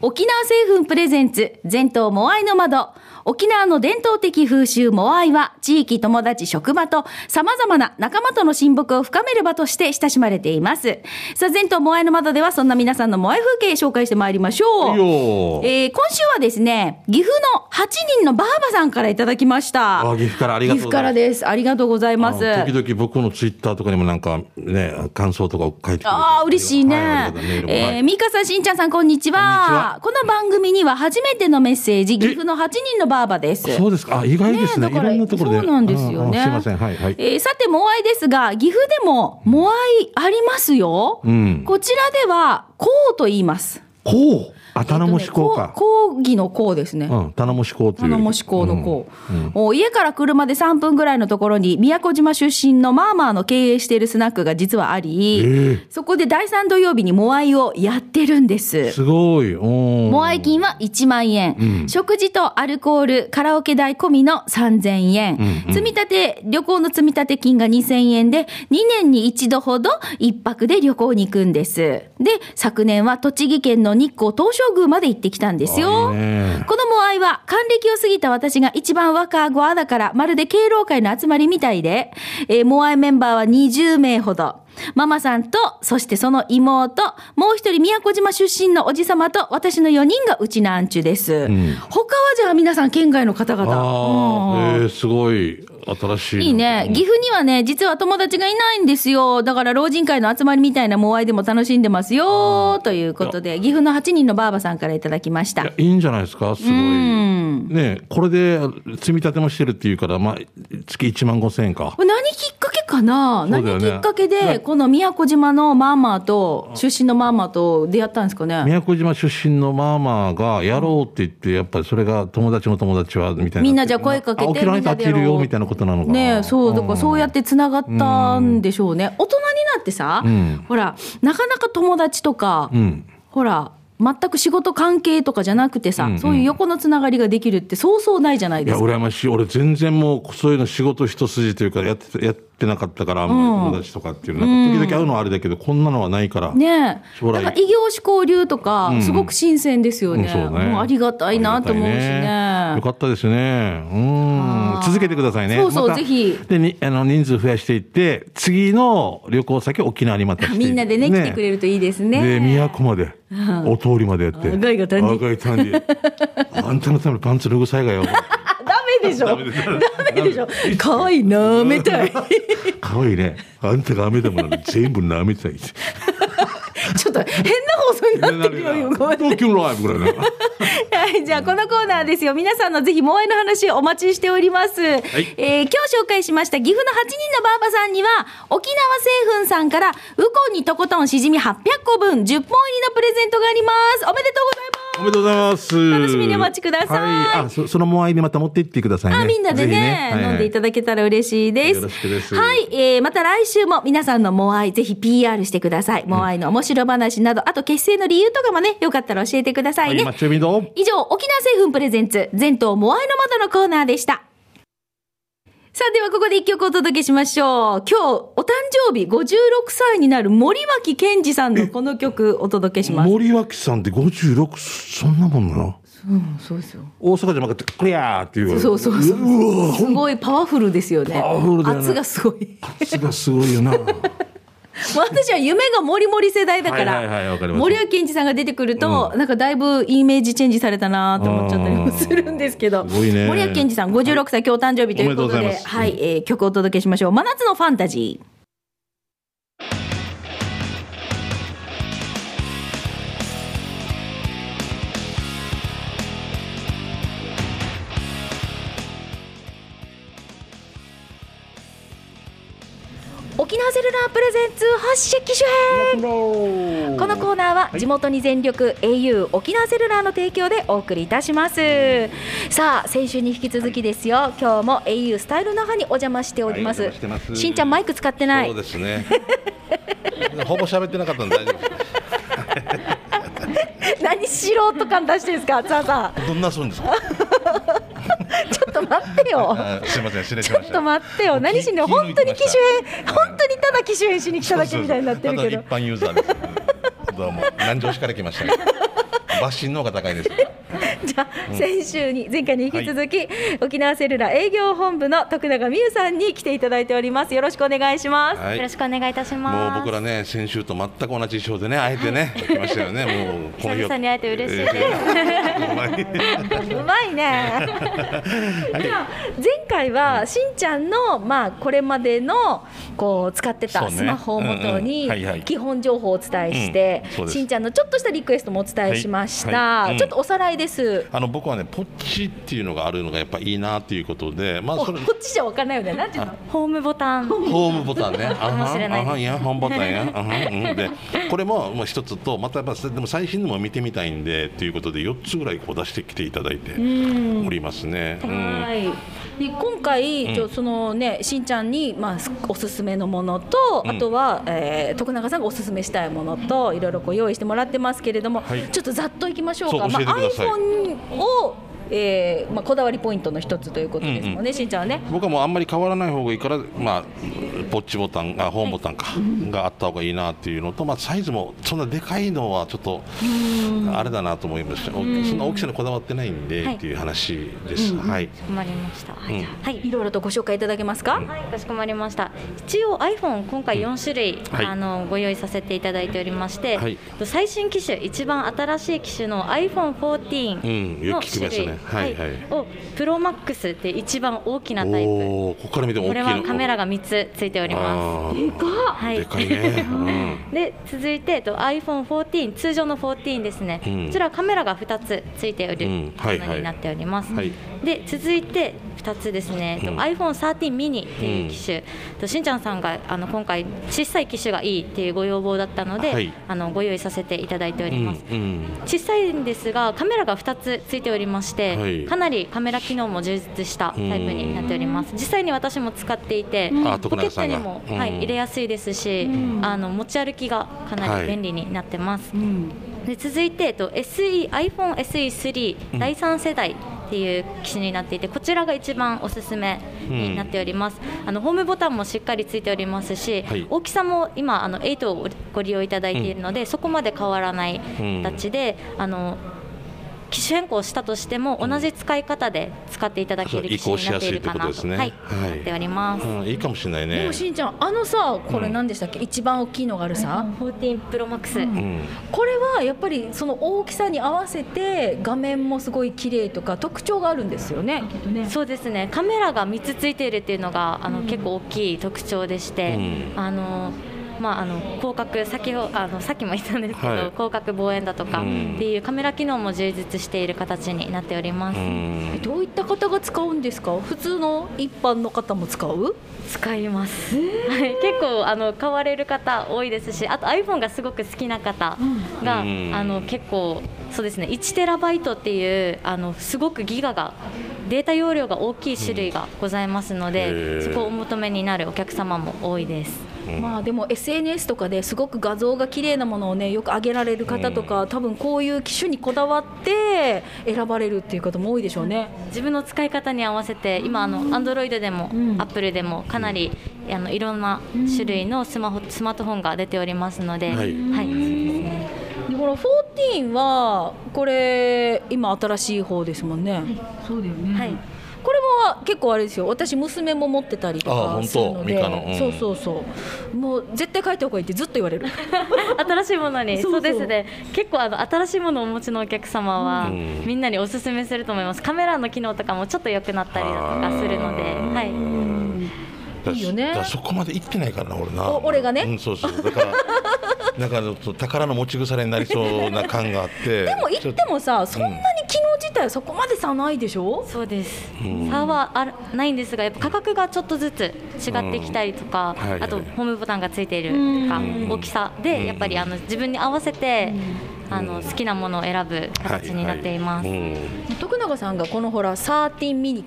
A: 沖縄製粉プレゼンツ全島モアイの窓沖縄の伝統的風習モアイは地域友達職場と様々な仲間との親睦を深める場として親しまれていますさあ全島モアイの窓ではそんな皆さんのモアイ風景紹介してまいりましょ
B: いういよ
A: えー今週はですね岐阜の8人のバーバさんからいただきました
B: あ岐阜からありがとうご
A: 岐阜
B: ざいます
A: からですありがとうございます
B: あの時々僕のツイッターとかにもなんかね、感想とか書いてくれて
A: ああ、嬉しいね。
B: はありがとうメールもはい
A: えー、ミカさん、しんちゃんさん、こんにちは。
B: こんに
A: この番組には初めてのメッセージ、岐阜の8人のバーバです。
B: そうですか。あ、意外ですね。
A: ね
B: い
A: えだから
B: ろんなところで。
A: そうなんですよね
B: ああすいません。はいはい。
A: えーさて、モアイですが、岐阜でも、モアイありますよ。
B: うん
A: こちらでは、こうと言います。
B: こう、あ、頼もしこう
A: えっと
B: か。
A: ねこう講義のこうですね。
B: うん、頼もしこうという。
A: 頼もしこうのこう、
B: んん
A: お家から車で3分ぐらいのところに宮古島出身のマーマーの経営しているスナックが実はあり、
B: ええ
A: そこで第3土曜日にモアイをやってるんです
B: すごい。モ
A: モアイ金は1万円、
B: うん
A: 食事とアルコール、カラオケ代込みの3000円、
B: うんうん
A: 積み立て、旅行の積み立て金が2000円で、2年に一度ほど一泊で旅行に行くんです。で、昨年は栃木県の日光東照宮まで行ってきたんですよ。
B: あいいね
A: このモアイは、還暦を過ぎた私が一番若ごあだから、まるで敬老会の集まりみたいで、えーモアイメンバーは20名ほど。ママさんと、そしてその妹、もう一人宮古島出身のおじさまと、私の4人がうちなんちゅです。
B: ん
A: 他はじゃあ皆さん県外の方々。
B: あ
A: う
B: あ、
A: ん
B: ええ、すごい。新しい。
A: いいね。岐阜にはね、実は友達がいないんですよ。だから老人会の集まりみたいなモアイでも楽しんでますよ。ということで、岐阜の8人のばあばさんからいただきました
B: いや。いいんじゃないですかすごい。
A: ん
B: ねこれで積み立てもしてるっていうから、まあ、月1万5千円か
A: こ。れ何きっかけかな、
B: うだよね
A: 何きっかけで、
B: ね
A: この宮古島のママと、出身のママと出会ったんですかね。
B: 宮古島出身のママがやろうって言って、やっぱりそれが友達の友達はみたいな。
A: みんなじゃあ声かけて
B: あ沖縄に立ちるよみたいなことなのかな。
A: ねえそう、だからそうや
B: っ
A: ってつながったんでしょうね。大人になってさ、
B: うん
A: ほら、なかなか友達とか、
B: うん。
A: ほら、全く仕事関係とかじゃなくてさ、
B: うんうん
A: そういう横のつながりができるって、そうそうないじゃない
B: い
A: で
B: や、
A: すか。
B: 羨ましい。俺全然もう、そういうの仕事一筋というか、やって、やってなかったから、あんまり友達とかっていうの。なんか時々会うのはあれだけど、こんなのはないから。
A: ねえ、
B: 将
A: だ
B: 来
A: から異業種交流とか、すごく新鮮ですよ
B: う
A: ね,、
B: ん、そうね。
A: もうありがたいなと思うし
B: ありがたいよ
A: ね。
B: かったですね。うん
A: は。い
B: 続けてくださいね。
A: そうそう
B: また
A: ぜひ
B: で、にあの、人数増やしていって、次の旅行先沖縄にまたして
A: みんなでね来てくれるといいですね。
B: で、宮古まで、お通りまでやって。
A: あガイが単に
B: あガイ単
A: (laughs)
B: にあんたのためにパンツ脱ぐさいがよ。
A: ダメでしょダ
B: ダ
A: メで
B: メで
A: し
B: し
A: ょ
B: ょ
A: 可愛いなめたい
B: かわいいね。あんたが雨でもなんで全部舐めてたいし。
A: (laughs) ちょっと変な放送になってるよごめん
B: 東京ライブぐらいな。
A: はいじゃあこのコーナーですよ皆さんのぜひモアイの話お待ちしております、えー今日紹介しました岐阜の8人のばあばさんには沖縄製粉さんからウコンにとことんしじみ800個分10本入りのプレゼントがありますおめでとうございます
B: おめでとうございます。
A: 楽しみにお待ちください
B: はあ、そそのモアイでまた持って行ってくださいね。
A: あみんなで
B: ぜ
A: ね
B: ひはは
A: 飲んでいただけたら嬉しいです。
B: よろしくです
A: はい、えー、また来週も皆さんのモアイぜひ PR してください。モアイの面白話など、あと結成の理由とかもね、よかったら教えてください
B: はい、
A: ね。
B: マッチョビンド。
A: 以上、沖縄製粉プレゼンツ、全島モアイの窓のコーナーでした。さあ、ではここで一曲お届けしましょう。今日、お誕生日56歳になる森脇健児さんのこの曲お届けします。
B: 森脇さんって56そんなもんなの
A: うん、そうですよ。
B: 大阪じゃなくてクリアーっていう
A: そうそうそう
B: うわ
A: すごいパワフルですよね。
B: パワフルだよね
A: 圧がすごい。
B: 圧がすごい
A: (laughs)
B: よな
A: もう私は夢がもりもり世代だから、
B: はいはいはいわかります
A: 森脇健児さんが出てくると、なんかだいぶイメージチェンジされたなと思っちゃったりもするんですけど、
B: すごいね
A: 森脇健児さん56歳、今日誕生日ということ
B: おめでとうござい
A: で、
B: ます
A: はい、えー曲をお届けしましょう。真夏のファンタジー。沖縄セルラープレゼンツ発射機種編こ
B: こ
A: のコーナーは地元に全力 au 沖縄セルラーの提供でお送りいたします、さあ先週に引き続きですよ、今日も au スタイル那覇にお邪魔しております,、
B: はいお邪魔してます
A: しんちゃんマイク使ってない
B: そうです
A: (laughs)
B: ねほぼ喋ってなかったんで大丈夫で
A: 何素人感出してるんですかさあさ
B: すどんなするんですか
A: あちょっと待ってよ
B: あすいません失礼し
A: ちょ
B: ま
A: っ
B: した
A: と待ってよ何しに
B: 気
A: 本当に機種変
B: はい
A: 本当にただ機種変しに来ただけみたいになってるけど
B: そうそうそうただ一般ユーザーですどうも南城市から来ました
C: (laughs)
B: バッシンの方が高いです
A: じゃあ、先週に前回に引き続き、沖縄セルラー営業本部の徳永美優さんに来ていただいておりますよろしくお願いします、
B: はい
C: よろしくお願いいたし
B: もう
C: ます。
B: 僕らね先週と全く同じ衣装でね会えてね来ましたよ
C: (laughs)
B: ねもうこの日
C: 久
B: を
C: 々に会えて嬉し
B: (laughs)
C: い
B: え
C: です。
B: ーほんまに
A: うまいね。じゃあ前回はしんちゃんのまあこれまでのこう使って
B: そ
A: た
B: うね
A: スマホをもと
B: うんう
A: に
B: んはいはい
A: 基本情報をお伝えして
B: うんそうです
A: しんちゃんのちょっとしたリクエストもお伝えしまし
B: はいは
A: た
B: いうん
A: ちょっとおさらいです
B: あの僕はねポッチっていうのがあるのがやっぱいいなっていうことでまあ
A: お
B: そ
A: こっ
B: れ
A: ちじゃわかんないよねなんていうの
C: ホームボタン。
B: ホームボタン
C: (laughs)
B: ね、あは
C: もしれ
B: ん、
C: ない
B: あはん、いや、ホームボタンや、あはん、うん、で、これも、もう一つと、また、やっぱ、でも、最新のも見てみたいんで、ということで、四つぐらい、こう出してきていただいて。おりますね。うん
A: はい。で今回、ちょそのねしんちゃんにまあすおすすめのものと、
B: ん
A: あとは、えー徳永さんがおすすめしたいものといろいろこう用意してもらってますけれども、
B: はい
A: ちょっとざっといきましょう
B: そ
A: か。
B: う
A: まあ
B: 教えてください
A: iPhone を、えーまあこだわりポイントの一つということですもんね、しんちゃんはね。
B: 僕はもうあんまり変わらない方がいいから、まあ、ポッチボタンあホームボタンか、があった方がいいなっていうのと、まあ、サイズもそんなでかいのはちょっとあれだなと思いました、おそんな大きさにこだわってないんで、
C: はい
B: っていう話です、はい
C: かしこまりました。はい。
B: うん
C: はい
A: いろいろとご紹介いただけますか。
C: はい、かしこまりました。一応 iPhone 今回4種類、
B: はい
C: あのご用意させていただいておりまして、
B: はい
C: 最新機種一番新しい機種の iPhone14
B: うんよ
C: の
B: く聞き
C: 種
B: ました
C: 類、
B: ねはいはい
C: を ProMax って一番大きなタイプ。こ
B: おおここから見ても大きい
C: れ
B: の
C: はカメラが3つついております。
B: あー
A: でか
C: はい。
B: でかいね、うん
C: (laughs) で続いてえっと iPhone14 通常の14ですね、
B: うん
C: こちらはカメラが2つついておる
B: う
C: も
B: んはいはい
C: のになっております、
B: はい
C: で続いて2つですね、えっ
B: うん
C: と iPhone13 ミニっていう機種、えっとしんちゃんさんがあの今回小さい機種がいいっていうご要望だったので、
B: はい
C: あのご用意させていただいております、
B: うんうん
C: 小さいんですがカメラが2つついておりまして、
B: はい
C: かなりカメラ機能も充実したタイプになっております実際に私も使っていて、
B: あ
C: ポ
B: 徳
C: ケ
B: 永
C: ット
B: さん
C: に
B: が
C: も、
B: うん
C: はい、入れやすいですし、あの持ち歩きがかなり便利になってます、
A: うん。
C: で続いてえっと SE iPhone SE3、
B: うん
C: 第3世代っていう機種になっていてこちらが一番おすすめになっております、あのホームボタンもしっかりついておりますし、
B: はい
C: 大きさも今あの8をご利用いただいているので、そこまで変わらない形で、あの機種変更したとしても同じ使い方で使っていただける機種になっているかな
B: 移行しやすいってことで
C: と
B: すね
C: はい
B: はい
C: なっております。
B: うんいいかもしれない
A: で
B: ね
A: もしんちゃんあのさこれ何でしたっけ、一番大きいのがあるさ。
C: 14 Pro Max、
B: うん
A: これはやっぱりその大きさに合わせて画面もすごい綺麗とか特徴があるんですよね。きっとね
C: そうですねカメラが3つついているっていうのがあの、結構大きい特徴でして、
B: うん
C: あのまあ、あの広角先ほあのさっきも言ったんですけど、
B: はい
C: 広角望遠だとかっ
B: うん
C: ていうカメラ機能も充実している形になっております、
B: うん
A: どういった方が使うんですか普通の一般の方も使う
C: 使います、はい結構あの買われる方多いですしあと iPhone がすごく好きな方が、
B: うん
C: あの結構そうですね1テラバイトっていうあのすごくギガがデータ容量が大きい種類がございますので、
B: うんへー
C: そこをお求めになるお客様も多いです
A: まあでも SNS とかですごく画像が綺麗なものをねよく上げられる方とか、多分こういう機種にこだわって選ばれるっていう方も多いでしょうね。
C: 自分の使い方に合わせて今あの Android でも
A: うん
C: Apple でもかなりあのいろんな種類のスマホスマートフォンが出ておりますので、
B: はい
C: はいそうですね
A: でこの14はこれ今新しい方ですもんね。そうだよね
C: はい
A: これも結構あれですよ私娘も持ってたりとか
B: あ本当
A: するので
B: ミカのうん
A: そうそうそうもう絶対書いた方がいいってずっと言われる
C: 新しいものに
A: そ
C: そうう
A: そう
C: ですね結構あの新しいものをお持ちのお客様は、
B: うん
C: みんなにおすすめすると思いますカメラの機能とかもちょっと良くなったりだとかするのではい
B: はい
A: いいよね
B: そこまで行ってないからな俺な
A: お俺がね
B: うん、そうそうだから (laughs) なんかちょっと宝の持ち腐れになりそうな感があって
A: でも言ってもさそんなに機能自体はそこまで差ないでしょ、
C: そうです、
B: うん
C: 差はあらないんですがやっぱ価格がちょっとずつ違ってきたりとか、
B: うんはいはい
C: あとホームボタンがついているとか、
B: うん
C: 大きさ
B: うん
C: でやっぱりあの自分に合わせて、あの好きなものを選ぶ形になっています、
B: はいはいうん
A: 徳永さんがこのほら13ミリ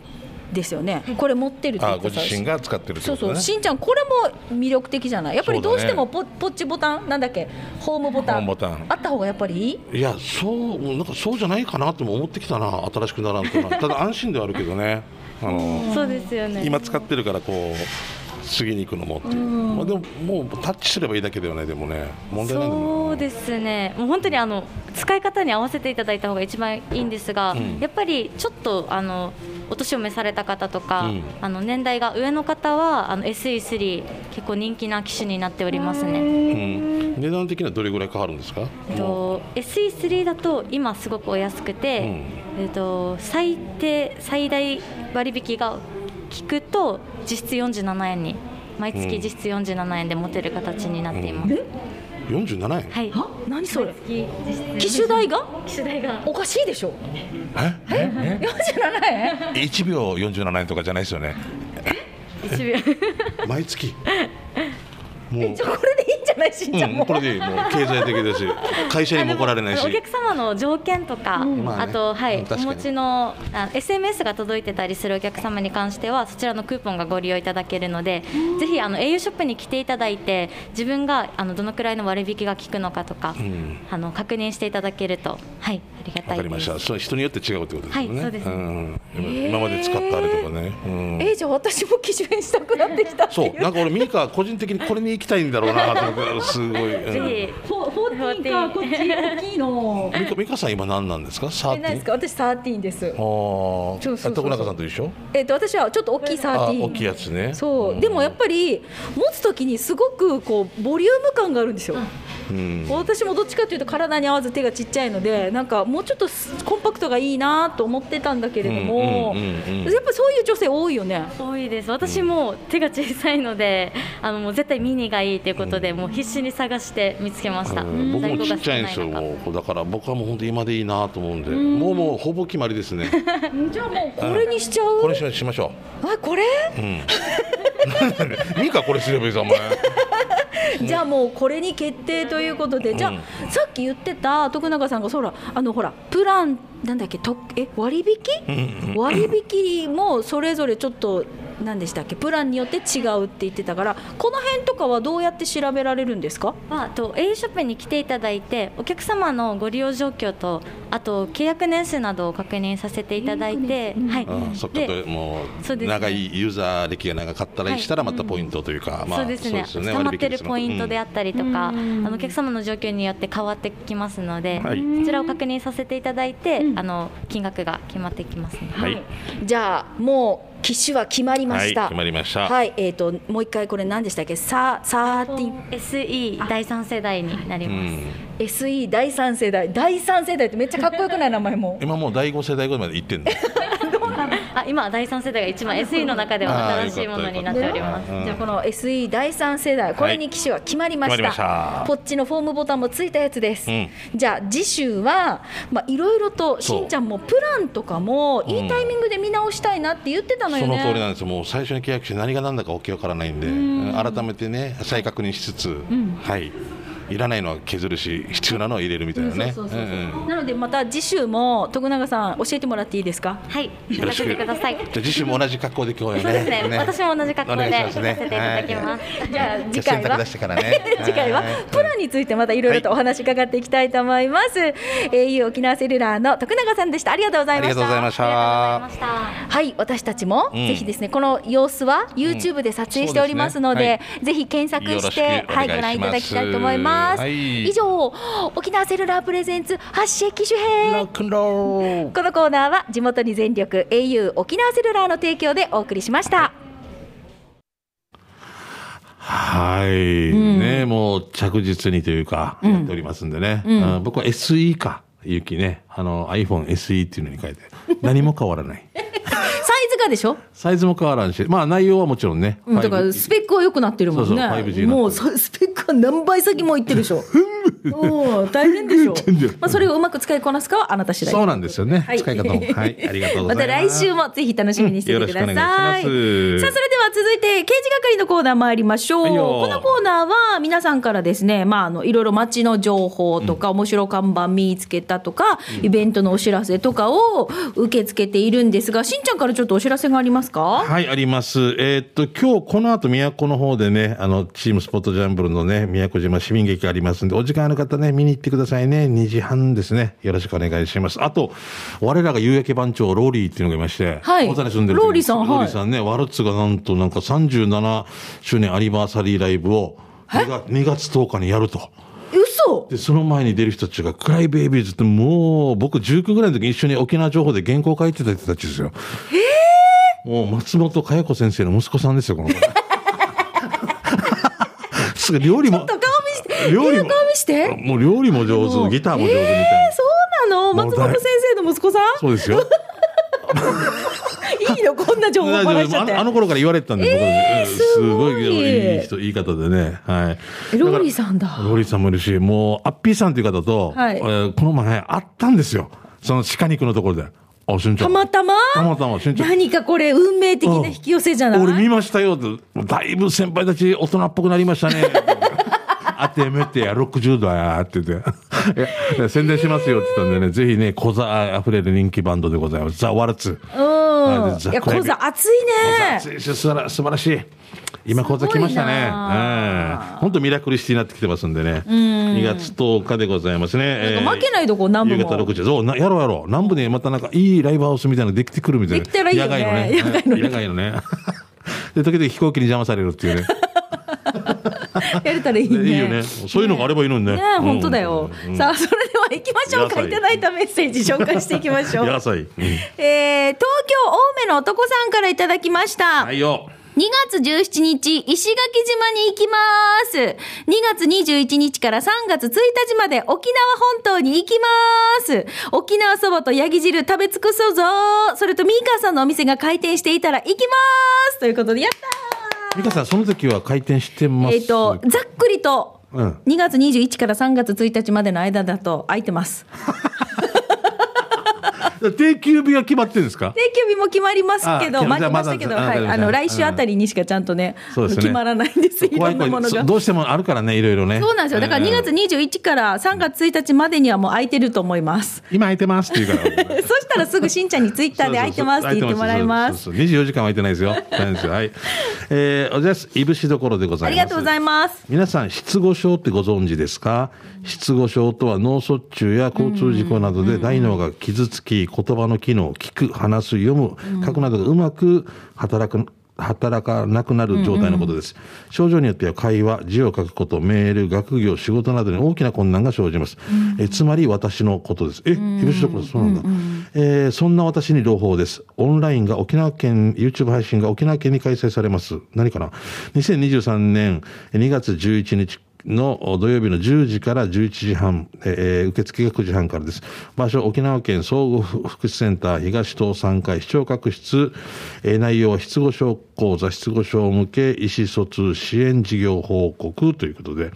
A: ですよねこれ持ってるって言
B: あ
A: って
B: ご
A: たさ
B: 自身が使ってるって
A: そう
B: こと
A: そう、
B: ね
A: しんちゃんこれも魅力的じゃないやっぱりどうしてもポ,、ポッチボタンなんだっけホームボタン
B: ホームボタン
A: あった方がやっぱりいい
B: いやそうなんかそうじゃないかなとも思ってきたな新しくならんと
A: (laughs)
B: なただ安心ではあるけどねあの
C: そうですよね
B: 今使ってるからこう次に行くのもっていう、まあ、でももうタッチすればいいだけだよねでもね問題ないんだも
C: そ
B: ん
C: うですね、もう本当にあの使い方に合わせていただいた方が一番いいんですが、
B: うん
C: やっぱりちょっとあのお年を召された方とか、
B: うん
C: あの年代が上の方はあの SE3 結構人気な機種になっておりますね。
B: うん、値段的にはどれぐらい変わるんですか
C: えっ
B: も
C: と SE3 だと今すごくお安くて、えっと最低最大割引が効くと実質47円に毎
B: うん
C: 月実質47円で持てる形になっています。
A: え
B: う47円
C: はい。
A: は何それ機
C: 機
A: 種代が
C: 機種代が
A: おかしいでしょ
B: ええ
A: 47円
B: え1秒47円とかじゃないですよね
C: 1秒
B: 毎月もう
A: じゃあこれでいいんじゃないしんちゃん
B: う
A: も、
B: ん、これでいいもう経済的だし会社にも怒られないし
C: お客様の条件とか、
B: まあね
C: あと、は
B: うん
C: い、お
B: 確かに
C: 持ちのあ SMS が届いてたりするお客様に関してはそちらのクーポンがご利用いただけるのでぜひあの au ショップに来ていただいて自分があのどのくらいの割引が効くのかとか、
B: うん
C: あの確認していただけると、はい、ありがた
B: わ
C: い
B: かりま
C: で
B: し
C: す
B: た。それ人によって違うってことですよね。
C: はいそうです
B: ん今まで使ったあれとかね。うん
A: えーじゃあ私も機種変したくなってきたって
B: そ
A: いう
B: う、なんか俺ミーカー個人的にこれに行きたいんだろうなと思って、すごい。うん
C: ぜひ
A: ほ14かこっち大きいの
B: ミカミカさん今何なんですか？サ
A: え
B: ー
A: ないですか私13です
B: あー
A: そうそうそう
B: あ徳中さんと一緒？
A: えっ、と私はちょっと大きい
B: あ、
A: 13
B: 大きいやつね。
A: そうでもやっぱり持つ時にすごくこうボリューム感があるんですよ、
B: り、うん
A: 私もどっちかというと体に合わず手がちっちゃいのでなんかもうちょっとすコンパクトがいいなと思ってたんだけれども、
B: うんうんうんうん
A: やっぱそういう女性多いよね
C: 多いです私も手が小さいので、あのもう絶対ミニがいいということで、もう必死に探して見つけました、
B: うん僕
C: 在
B: も
C: 庫
B: ち
C: が
B: っちゃいんですよ。
C: 少な中
B: もうだから僕はもう本当今でいいなと思うんで、もうもうほぼ決まりですね。
A: じゃあもうこれにしちゃう、
B: これにしましょ
A: あこれ、
B: う。うん。
C: (laughs)
B: ミカこれすればいいぞお前。
A: じゃあもうこれに決定ということで、じゃあ
B: う
A: さっき言ってた徳永さんがそらあのほらプランなんだっけとえ割引、
B: うんうん
A: 割引もそれぞれちょっと何でしたっけプランによって違うって言ってたからこの辺とかはどうやって調べられるんですか
C: はと A ショップに来ていただいてお客様のご利用状況とあと契約年数などを確認させていただいて、はい
B: あそっか
C: で
B: も
C: そううですね
B: 長いユーザー歴が長かったりしたらまたポイントというか、まあ
C: そうですね溜まってるポイントであ
B: っ
C: ったりとか、
A: うん
C: あのお客様の状況によって変わってきますので、
B: はい
C: そちらを確認させていただいて、
A: うん
C: あの金額が決まってきますね。
B: はい
A: じゃあもう機種は決まりました。
B: はい決まりました
A: はい、えっ、ともう一回これ何でしたっけ？ササーティ
C: SE 第三世代になり
B: う
C: ます。
B: ん
A: SE 第三世代第三世代ってめっちゃかっこよくない名前も。
B: 今もう第5世代ぐらいまで行ってんの
C: あ今第三世代が一番 SE の中では新しいものになっております。
B: うん
A: じゃあこの SE 第三世代これに機種は決まりました,、
B: 決まりました
A: ポッチのフォームボタンもついたやつです、
B: うん
A: じゃあ次週はまあいろいろと
B: そ
A: し
B: う
A: んちゃんもプランとかもいいタイミングで見直したいなって言ってたの
B: そ
A: よ
B: の
A: ね、
B: 通りなんですもう最初に契約して何が何だかわけわからないんで改めてね再確認しつつ、はいいらないのは削るし必要なのは入れるみたいなね
D: そうそうそうそう
B: うんうん
D: なのでまた次週も徳永さん教えてもらっていいですか
C: はい、
B: よろ
C: 任
B: し
C: せ
B: く
C: てください。
B: じゃあ次週も同じ格好で今日
C: そう
B: はね
C: ですね。私も同じ格好で
B: お願いし
C: さ
B: ま
C: せ
B: すね
C: ていただきます。
D: じゃあ
B: じ
D: 次
B: ゃあ
D: 回
B: 洗濯
D: は
B: 出してからね
D: 次回はプランについてまたいろいろとお話伺っていきたいと思います、au 沖縄セルラーの徳永さんでしたありがとうござ
B: あ
D: い
B: り
D: ま
B: が
D: し
B: とうござい
D: た
B: まし
C: あ
B: た
C: りがとうございました。
D: はい私たちも、
B: うん
D: ぜひですねこの様子は YouTube で撮影しておりますので,、ぜひ検索して
B: よろしくお願いします
D: はいご覧いただきたいと思います、
B: はい
D: 以上沖縄セルラープレゼンツ発信機種
B: ロ
D: 編
B: ックンロール
D: このコーナーは地元に全力 au 沖縄セルラーの提供でお送りしました
B: はい、ねもう着実にというか、やっておりますんでね、あ僕は SE かゆきねあの iPhoneSE っていうのに変えて何も変わらない
D: サイズがでしょ
B: サイズも変わらんしまあ内容はもちろんね、
A: うんだから
B: 5G
A: スペックは良くなってるもんね。
B: そうそう 5G になってる
A: もうそスペックは何倍先もいってるで
B: (laughs)
A: しょ。おー大変でしょ
B: 全然。
A: まあそれをうまく使いこなすかはあなた次第。
B: そうなんですよね、
A: (laughs) はい
B: 使い方もはいありがとうござ
A: ま
B: いま
A: た
B: す
A: 来週もぜひ楽しみにしていてください。
B: うんよろしくお願い
A: さあ
B: し
A: そ
B: ます
A: れでは続いて刑事係のコーナー参りましょう。
B: はいよ
A: このコーナーは皆さんからですね、まああのいろいろ街の情報とか、面白看板見つけたとか、イベントのお知らせとかを受け付けているんですが、しんちゃんからちょっとお知らせがありますか？
B: はい、あります。えーっと、今日この後、都の方でね、あの、チームスポットジャンブルのね、宮古島市民劇ありますんで、お時間ある方ね、見に行ってくださいね。2時半ですね。よろしくお願いします。あと、我らが夕焼け番長、ローリーっていうのがいまして、
A: はい
B: 大谷住んでる
A: ローリーさんはい
B: ローリーさんね、ワルツがなんとなんか37周年アニバーサリーライブを2月、2月10日にやると。
A: 嘘。
B: で、その前に出る人たちが、クライベイビーズってもう、僕19ぐらいの時一緒に沖縄情報で原稿書いてた人たちですよ。えもう松本佳代子先生の息子さんですよ、
A: (laughs)
B: この子。すごい料理も。
A: 顔見して。
B: 料理も
A: 顔見して
B: もう料理も上手、ギターも上手みたいな。
A: そうなの
B: もう
A: 松
B: だい
A: 本先生の息子さん
B: そうですよ。
A: いいのこんな情報ばらしちゃって
B: あの頃から言われてたんで、僕はうんすご
A: ごい
B: いいい人、いい方でね。はい。
A: えローリーさんだ
B: ローリーさんもいるし、もう、アッピーさんという方と、
A: はい
B: えーこの前、会ったんですよ。その鹿肉のところで。あ、しんちゃ
A: た
B: ん。
A: またま
B: たまたましんちゃん。
A: 何かこれ運命的な引き寄せじゃない
B: 俺見ましたよって、だいぶ先輩たち大人っぽくなりま
A: (laughs)
B: したね。あてめてや、60度や、って言って。いや宣伝しますよって言ったんでね、ぜひね、小座あふれる人気バンドでございます。ザ・ワルツ。
A: う
B: あ
A: ん
B: ざ
A: いや
B: これ
A: 小座熱いね
B: 素晴ら素晴らしい。今、講座来ました
A: すごい
B: ね。
A: な
B: 本当ミラクルシティになってきてますんでね。2月10日でございますね。
A: なんか負けないとこ南部も
B: 夕方6時。そう、なやろうやろう。南部ね、またなんかいいライブハウスみたいなのできてくるみたいな。
A: できたらいいよね
B: 野外のね。野外のね。 (laughs) で、時々飛行機に邪魔されるっていうね。
A: やれた (laughs) らいいね
B: (laughs) いいよね。そういうのがあればいいのにね。
A: ね本当だよ、
B: うん
A: さあそれでは行きましょうか
B: 野菜
A: いただいたメッセージ紹介していきましょう、
B: (laughs) 野菜。うん
A: えー、東京青梅の男さんからいただきました、
B: はいよ。
A: 2月17日、石垣島に行きます。2月21日から3月1日まで沖縄本島に行きます。沖縄そばとヤギ汁食べ尽くそうぞ。それとミーカーさんのお店が開店していたら行きます。ということで、やった
B: 美香さん、その時は回転してま
A: ー
B: す。
A: えっ、と、ざっくりと、
B: うん
A: 2月21日から3月1日までの間だと空いてます。
B: 定休日は決まってるんですか
A: 定休日も決まりますけど、
B: あじゃあ
A: 待ってましたけど、
B: まだ
A: はい。
B: まだ
A: あ
B: う
A: の、
B: ん
A: 来週あたりにしかちゃんとね、
B: そうですね
A: 決まらないんです。いろ
B: 怖い
A: んなも
B: 怖
A: の
B: いそ
A: が
B: う。どうしてもあるからね、いろいろね。
A: そうなんですよ。だから
B: うん
A: 2月21から3月1日までにはもう空いてると思います。 (laughs)
B: 今空いてますって言うから。
A: そしたらすぐしんちゃんにツイッターで空いてますって言ってもらいま
B: そ
A: す。
B: うそうそうそう24時間は空いてないですよ。ないですよ。はい。えー、おじゃす。いぶしどころでござ
A: あ
B: い
A: り
B: ま
A: が
B: す。
A: とうございま
B: ます。
A: す。
B: 皆さん、失語症ってご存知ですか失語症とは脳卒中や交通事故などで大脳が傷つき、言葉の機能、聞く、話す、読む、書くなどがうまく働く、働かなくなる状態のことです。症状によっては会話、字を書くこと、メール、学業、仕事などに大きな困難が生じます。えつまり私のことです。え、広島こそうなんだ。えーそんな私に朗報です。オンラインが沖縄県、YouTube 配信が沖縄県に開催されます。何かな ?2023 年2月11日の土曜日の10時から11時半、えー受付が9時半からです。場所、沖縄県総合福祉センター東棟3階市長各室、えー内容は失語症講座、失語症向け意思疎通支援事業報告ということで、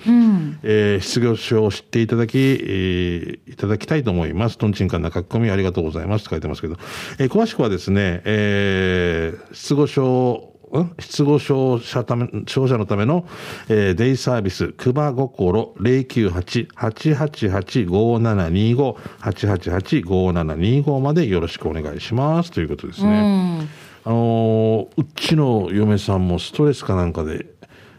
B: えー失業症を知っていただき、えーいただきたいと思います。とんちんかんな書き込みありがとうございますと書いてますけど、えー詳しくはですね、えー失語症ん失語症者ため症者のための、えーデイサービス、くばごころ098-888-5725、888-5725までよろしくお願いしますということですね。あのーうちの嫁さんもストレスかなんかで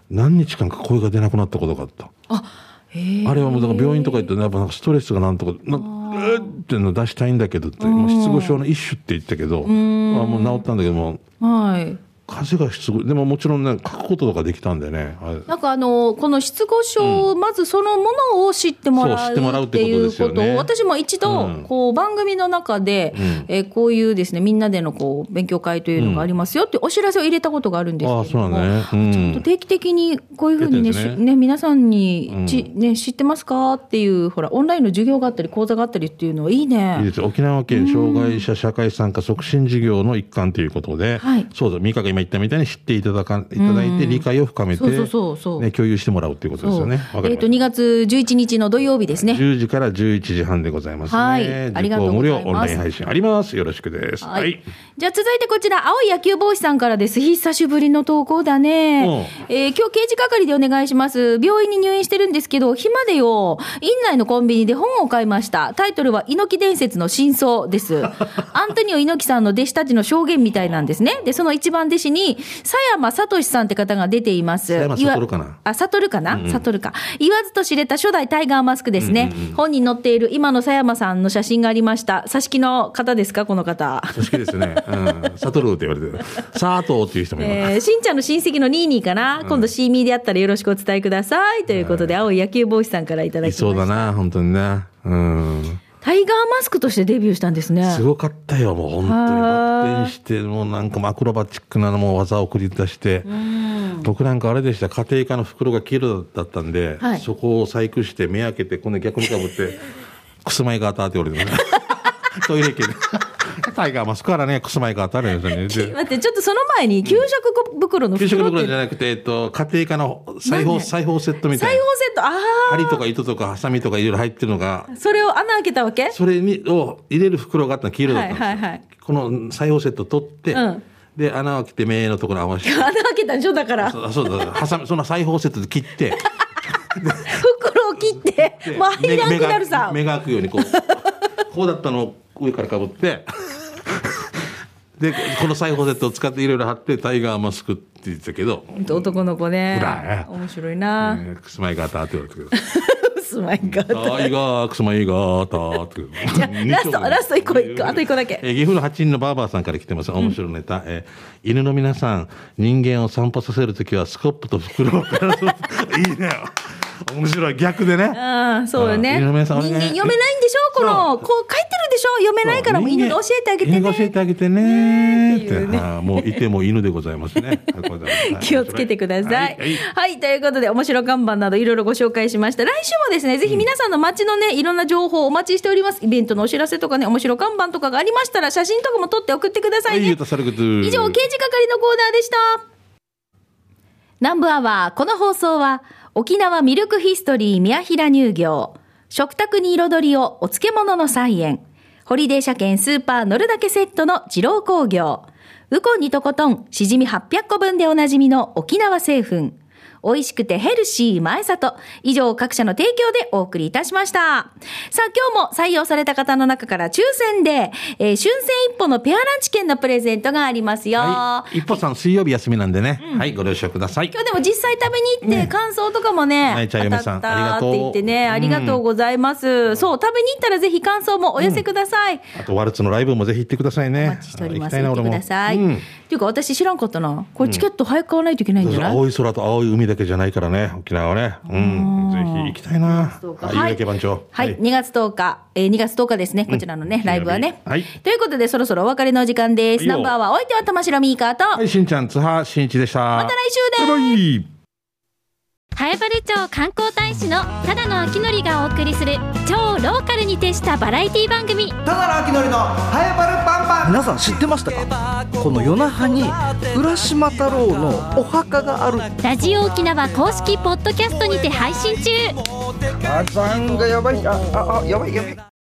B: 何日間か声が出なくなったことがあった。あれはもうだから病院とか行ってやっぱなんかストレスがなんとかなうーっていうの出したいんだけどって、もう失語症の一種って言ったけど、あもう治ったんだけども
A: はい。
B: 風邪が失語でももちろんね書くこととかできたんでねあれ
A: なんかあのこの失語症、まずそのものを知ってもら
B: そう
A: う
B: 知ってもらうっ
A: ってて
B: こと
A: い
B: で
A: う
B: すよ
A: こ
B: ね
A: とを私も一度
B: うん
A: こう番組の中で、
B: ん
A: えーこういうですねみんなでのこう勉強会というのがありますよってお知らせを入れたことがあるんですけ
B: ああ
A: れ
B: そう
A: ど
B: な
A: も、
B: んだね、
A: ちょ
B: う
A: っと
B: ん、
A: 定期的にこういうふうにね
B: やってるんですね
A: しね皆さんにち、
B: う
A: ね、知ってますかっていうほらオンラインの授業があったり講座があったりっていうのはいいね。
B: いいですよ沖縄県障害者社会参加促進事業の一環ということで、
A: はい
B: そうだ美香が今言ったみたいに知っていただかいただいて理解を深めて、
A: そうそうそうそう
B: ね、共有してもらうということですよね
A: そう
B: わか
A: え
B: り
A: っ、
B: ま
A: と
B: した
A: 2月11日の土曜日ですね。
B: 10時から11時半でございますね。
A: はいありがとう
B: 受講
A: ござい
B: 無料
A: ます
B: オンライン配信あります。よろしくです。は。
A: はいいじゃあ続いてこちら、青い野球帽子さんからです。久しぶりの投稿だね。えー今日刑事係でお願いします。病院に入院してるんですけど、暇でよ、院内のコンビニで本を買いました。タイトルは、猪木伝説の真相
B: (laughs)
A: です。アントニオ猪木さんの弟子たちの証言みたいなんですね。で、その一番弟子に、佐山聡さんって方が出ています。
B: 佐山
A: いわ
B: 悟かな
A: あ、悟るかな、悟るか。言わずと知れた初代タイガーマスクですね。本に載っている今の佐山さんの写真がありました。挿し木の方ですかこの方。
B: 組織ですね。うん。サトルーって言われてる。サートーっていう人もいます。
A: えー、しんちゃんの親戚のニーニーかな、今度シーミーであったらよろしくお伝えくださいということで、青い野球帽子さんからいただきま
B: い
A: した
B: そうだな、本当にな。うん。
A: タイガーマスクとしてデビューしたんですね
B: すごかったよ、もう本当に。
A: はい
B: バッテンして、もうなんかもうアクロバチックなのもう技を繰り出して。僕なんかあれでした、家庭科の袋が黄色だったんで、
A: はい
B: そこを細工して、目開けて、今度逆にかぶって、 (laughs) くす (laughs) まいが当たって言われてね。トイレ行けで。タイガーマスクからね、くすまいが当たるんですよね。で
A: 待ってちょっとその前に給食袋の
B: 給食
A: 袋って
B: 袋じゃなくて、えっと、家庭科の裁
A: 何
B: 縫、
A: ね
B: 裁縫セットみた
A: 裁
B: い
A: 縫
B: な。
A: セットああ
B: 針とか糸とかハサミとかいろいろ入ってるのが、
A: それを穴開けたわけ
B: それにを入れる袋があったの黄色だったんですよ、
A: はいはいはい
B: この裁縫セット取って、
A: うん
B: で穴を切って目のところ合わせて
A: 穴開けたんでしょだから
B: そうそうだハサミその裁縫セットで切
A: (laughs)
B: って
A: 袋を切って
B: で
A: もう入らんくなるさ
B: 目が目が開くようにこうこうだったのを上からかぶって (laughs) でこの裁縫セットを使っていろいろ貼ってタイガーマスクって言ってたけど、
A: 男の子ね
B: 裏
A: 面白い
B: え
A: な、
B: ー、くすまいがたって言われてくる
A: (laughs) すまいが
B: タイガーくすまいがたって
A: あラストラスト一個一個あと一個だけ
B: えー岐阜の八人のバーバーさんから来てます。面白いネタ。えー犬の皆さん、人間を散歩させるときはスコップと袋
A: (laughs)
B: をいいね。面白い。逆でね。
A: うん、そうよ
B: あ
A: ね。
B: 井
A: 人
B: 上
A: 間
B: さんお
A: 読
B: 願い
A: めないんでしょこ
B: そ
A: の、
B: う
A: こう書いてるでしょ読めないからもう犬に教えてあげて
B: 犬が教え
A: ね。
B: てあげてねーっ
A: ねーっ
B: て
A: ていうね
B: あーもういても犬でございま
A: (laughs)
B: すね。
A: (laughs) 気をつけてください。
B: は
A: はいい、
B: はい
A: ということで、面白看板などいろいろご紹介しました。来週もですね、ぜひ皆さんの街のね、いろんな情報をお待ちしております。イベントのお知らせとかね、面白看板とかがありましたら、写真とかも撮って送ってくださ
B: はいい、
A: ね。
B: ゆうたさるぐつ。
A: 以上、刑事係のコーナーでした。南部アワー、この放送は、沖縄ミルクヒストリー宮平乳業、食卓に彩りをお漬物の菜園、ホリデー車検スーパー乗るだけセットの二郎工業、ウコンにとことん、しじみ800個分でおなじみの沖縄製粉、美味しくてヘルシー前里。以上、各社の提供でお送りいたしました。さあ、今日も採用された方の中から抽選で、えー春戦一歩のペアランチ券のプレゼントがありますよ。
B: はい。一歩さん、水曜日休みなんでね。はい、ご了承ください
A: 今。日でも実際食べに行って感想とかもね、
B: 泣いちゃう
A: 当
B: 嫁
A: た
B: さん
A: ったって言ってね、
B: あ
A: あ
B: り
A: り
B: がとう
A: がとうございます。そう、食べに行ったらぜひ感想もお寄せください。
B: あと、ワルツのライブもぜひ行ってくださいね。
A: お待ちしております。
B: あー
A: 行っ
B: 行きた
A: て
B: いな
A: ください。
B: 俺もう
A: っ
B: ん
A: ていうか、私知らんかったな。これチケット早く買わないといけないんじゃない、
B: 青い空と青い海だけじゃないからね、沖縄はね。うん。ぜひ行きたいな。はい、
A: は
B: 有
A: い
B: 明番長。
A: はい、2月10日、えー、2月10日ですね、こちらのね、ライブはね。
B: はい
A: ということで、そろそろお別れのお時間です。
B: はいよ
A: ナンバーは、お相手は玉城ミーカーと、
B: はい、しんちゃん、津波しんいちでした。ま
A: また来週です。
B: バイバイ
E: 南原町観光大使のただの明則がお送りする超ローカルに徹したバラエティ番組
F: ただのあきのりのハエバルパンパン
G: 皆さん知ってましたかこの与那覇に浦島太郎のお墓がある
E: ラジオ沖縄公式ポッドキャストにて配信中
F: 火山がやばいあああやばいやばい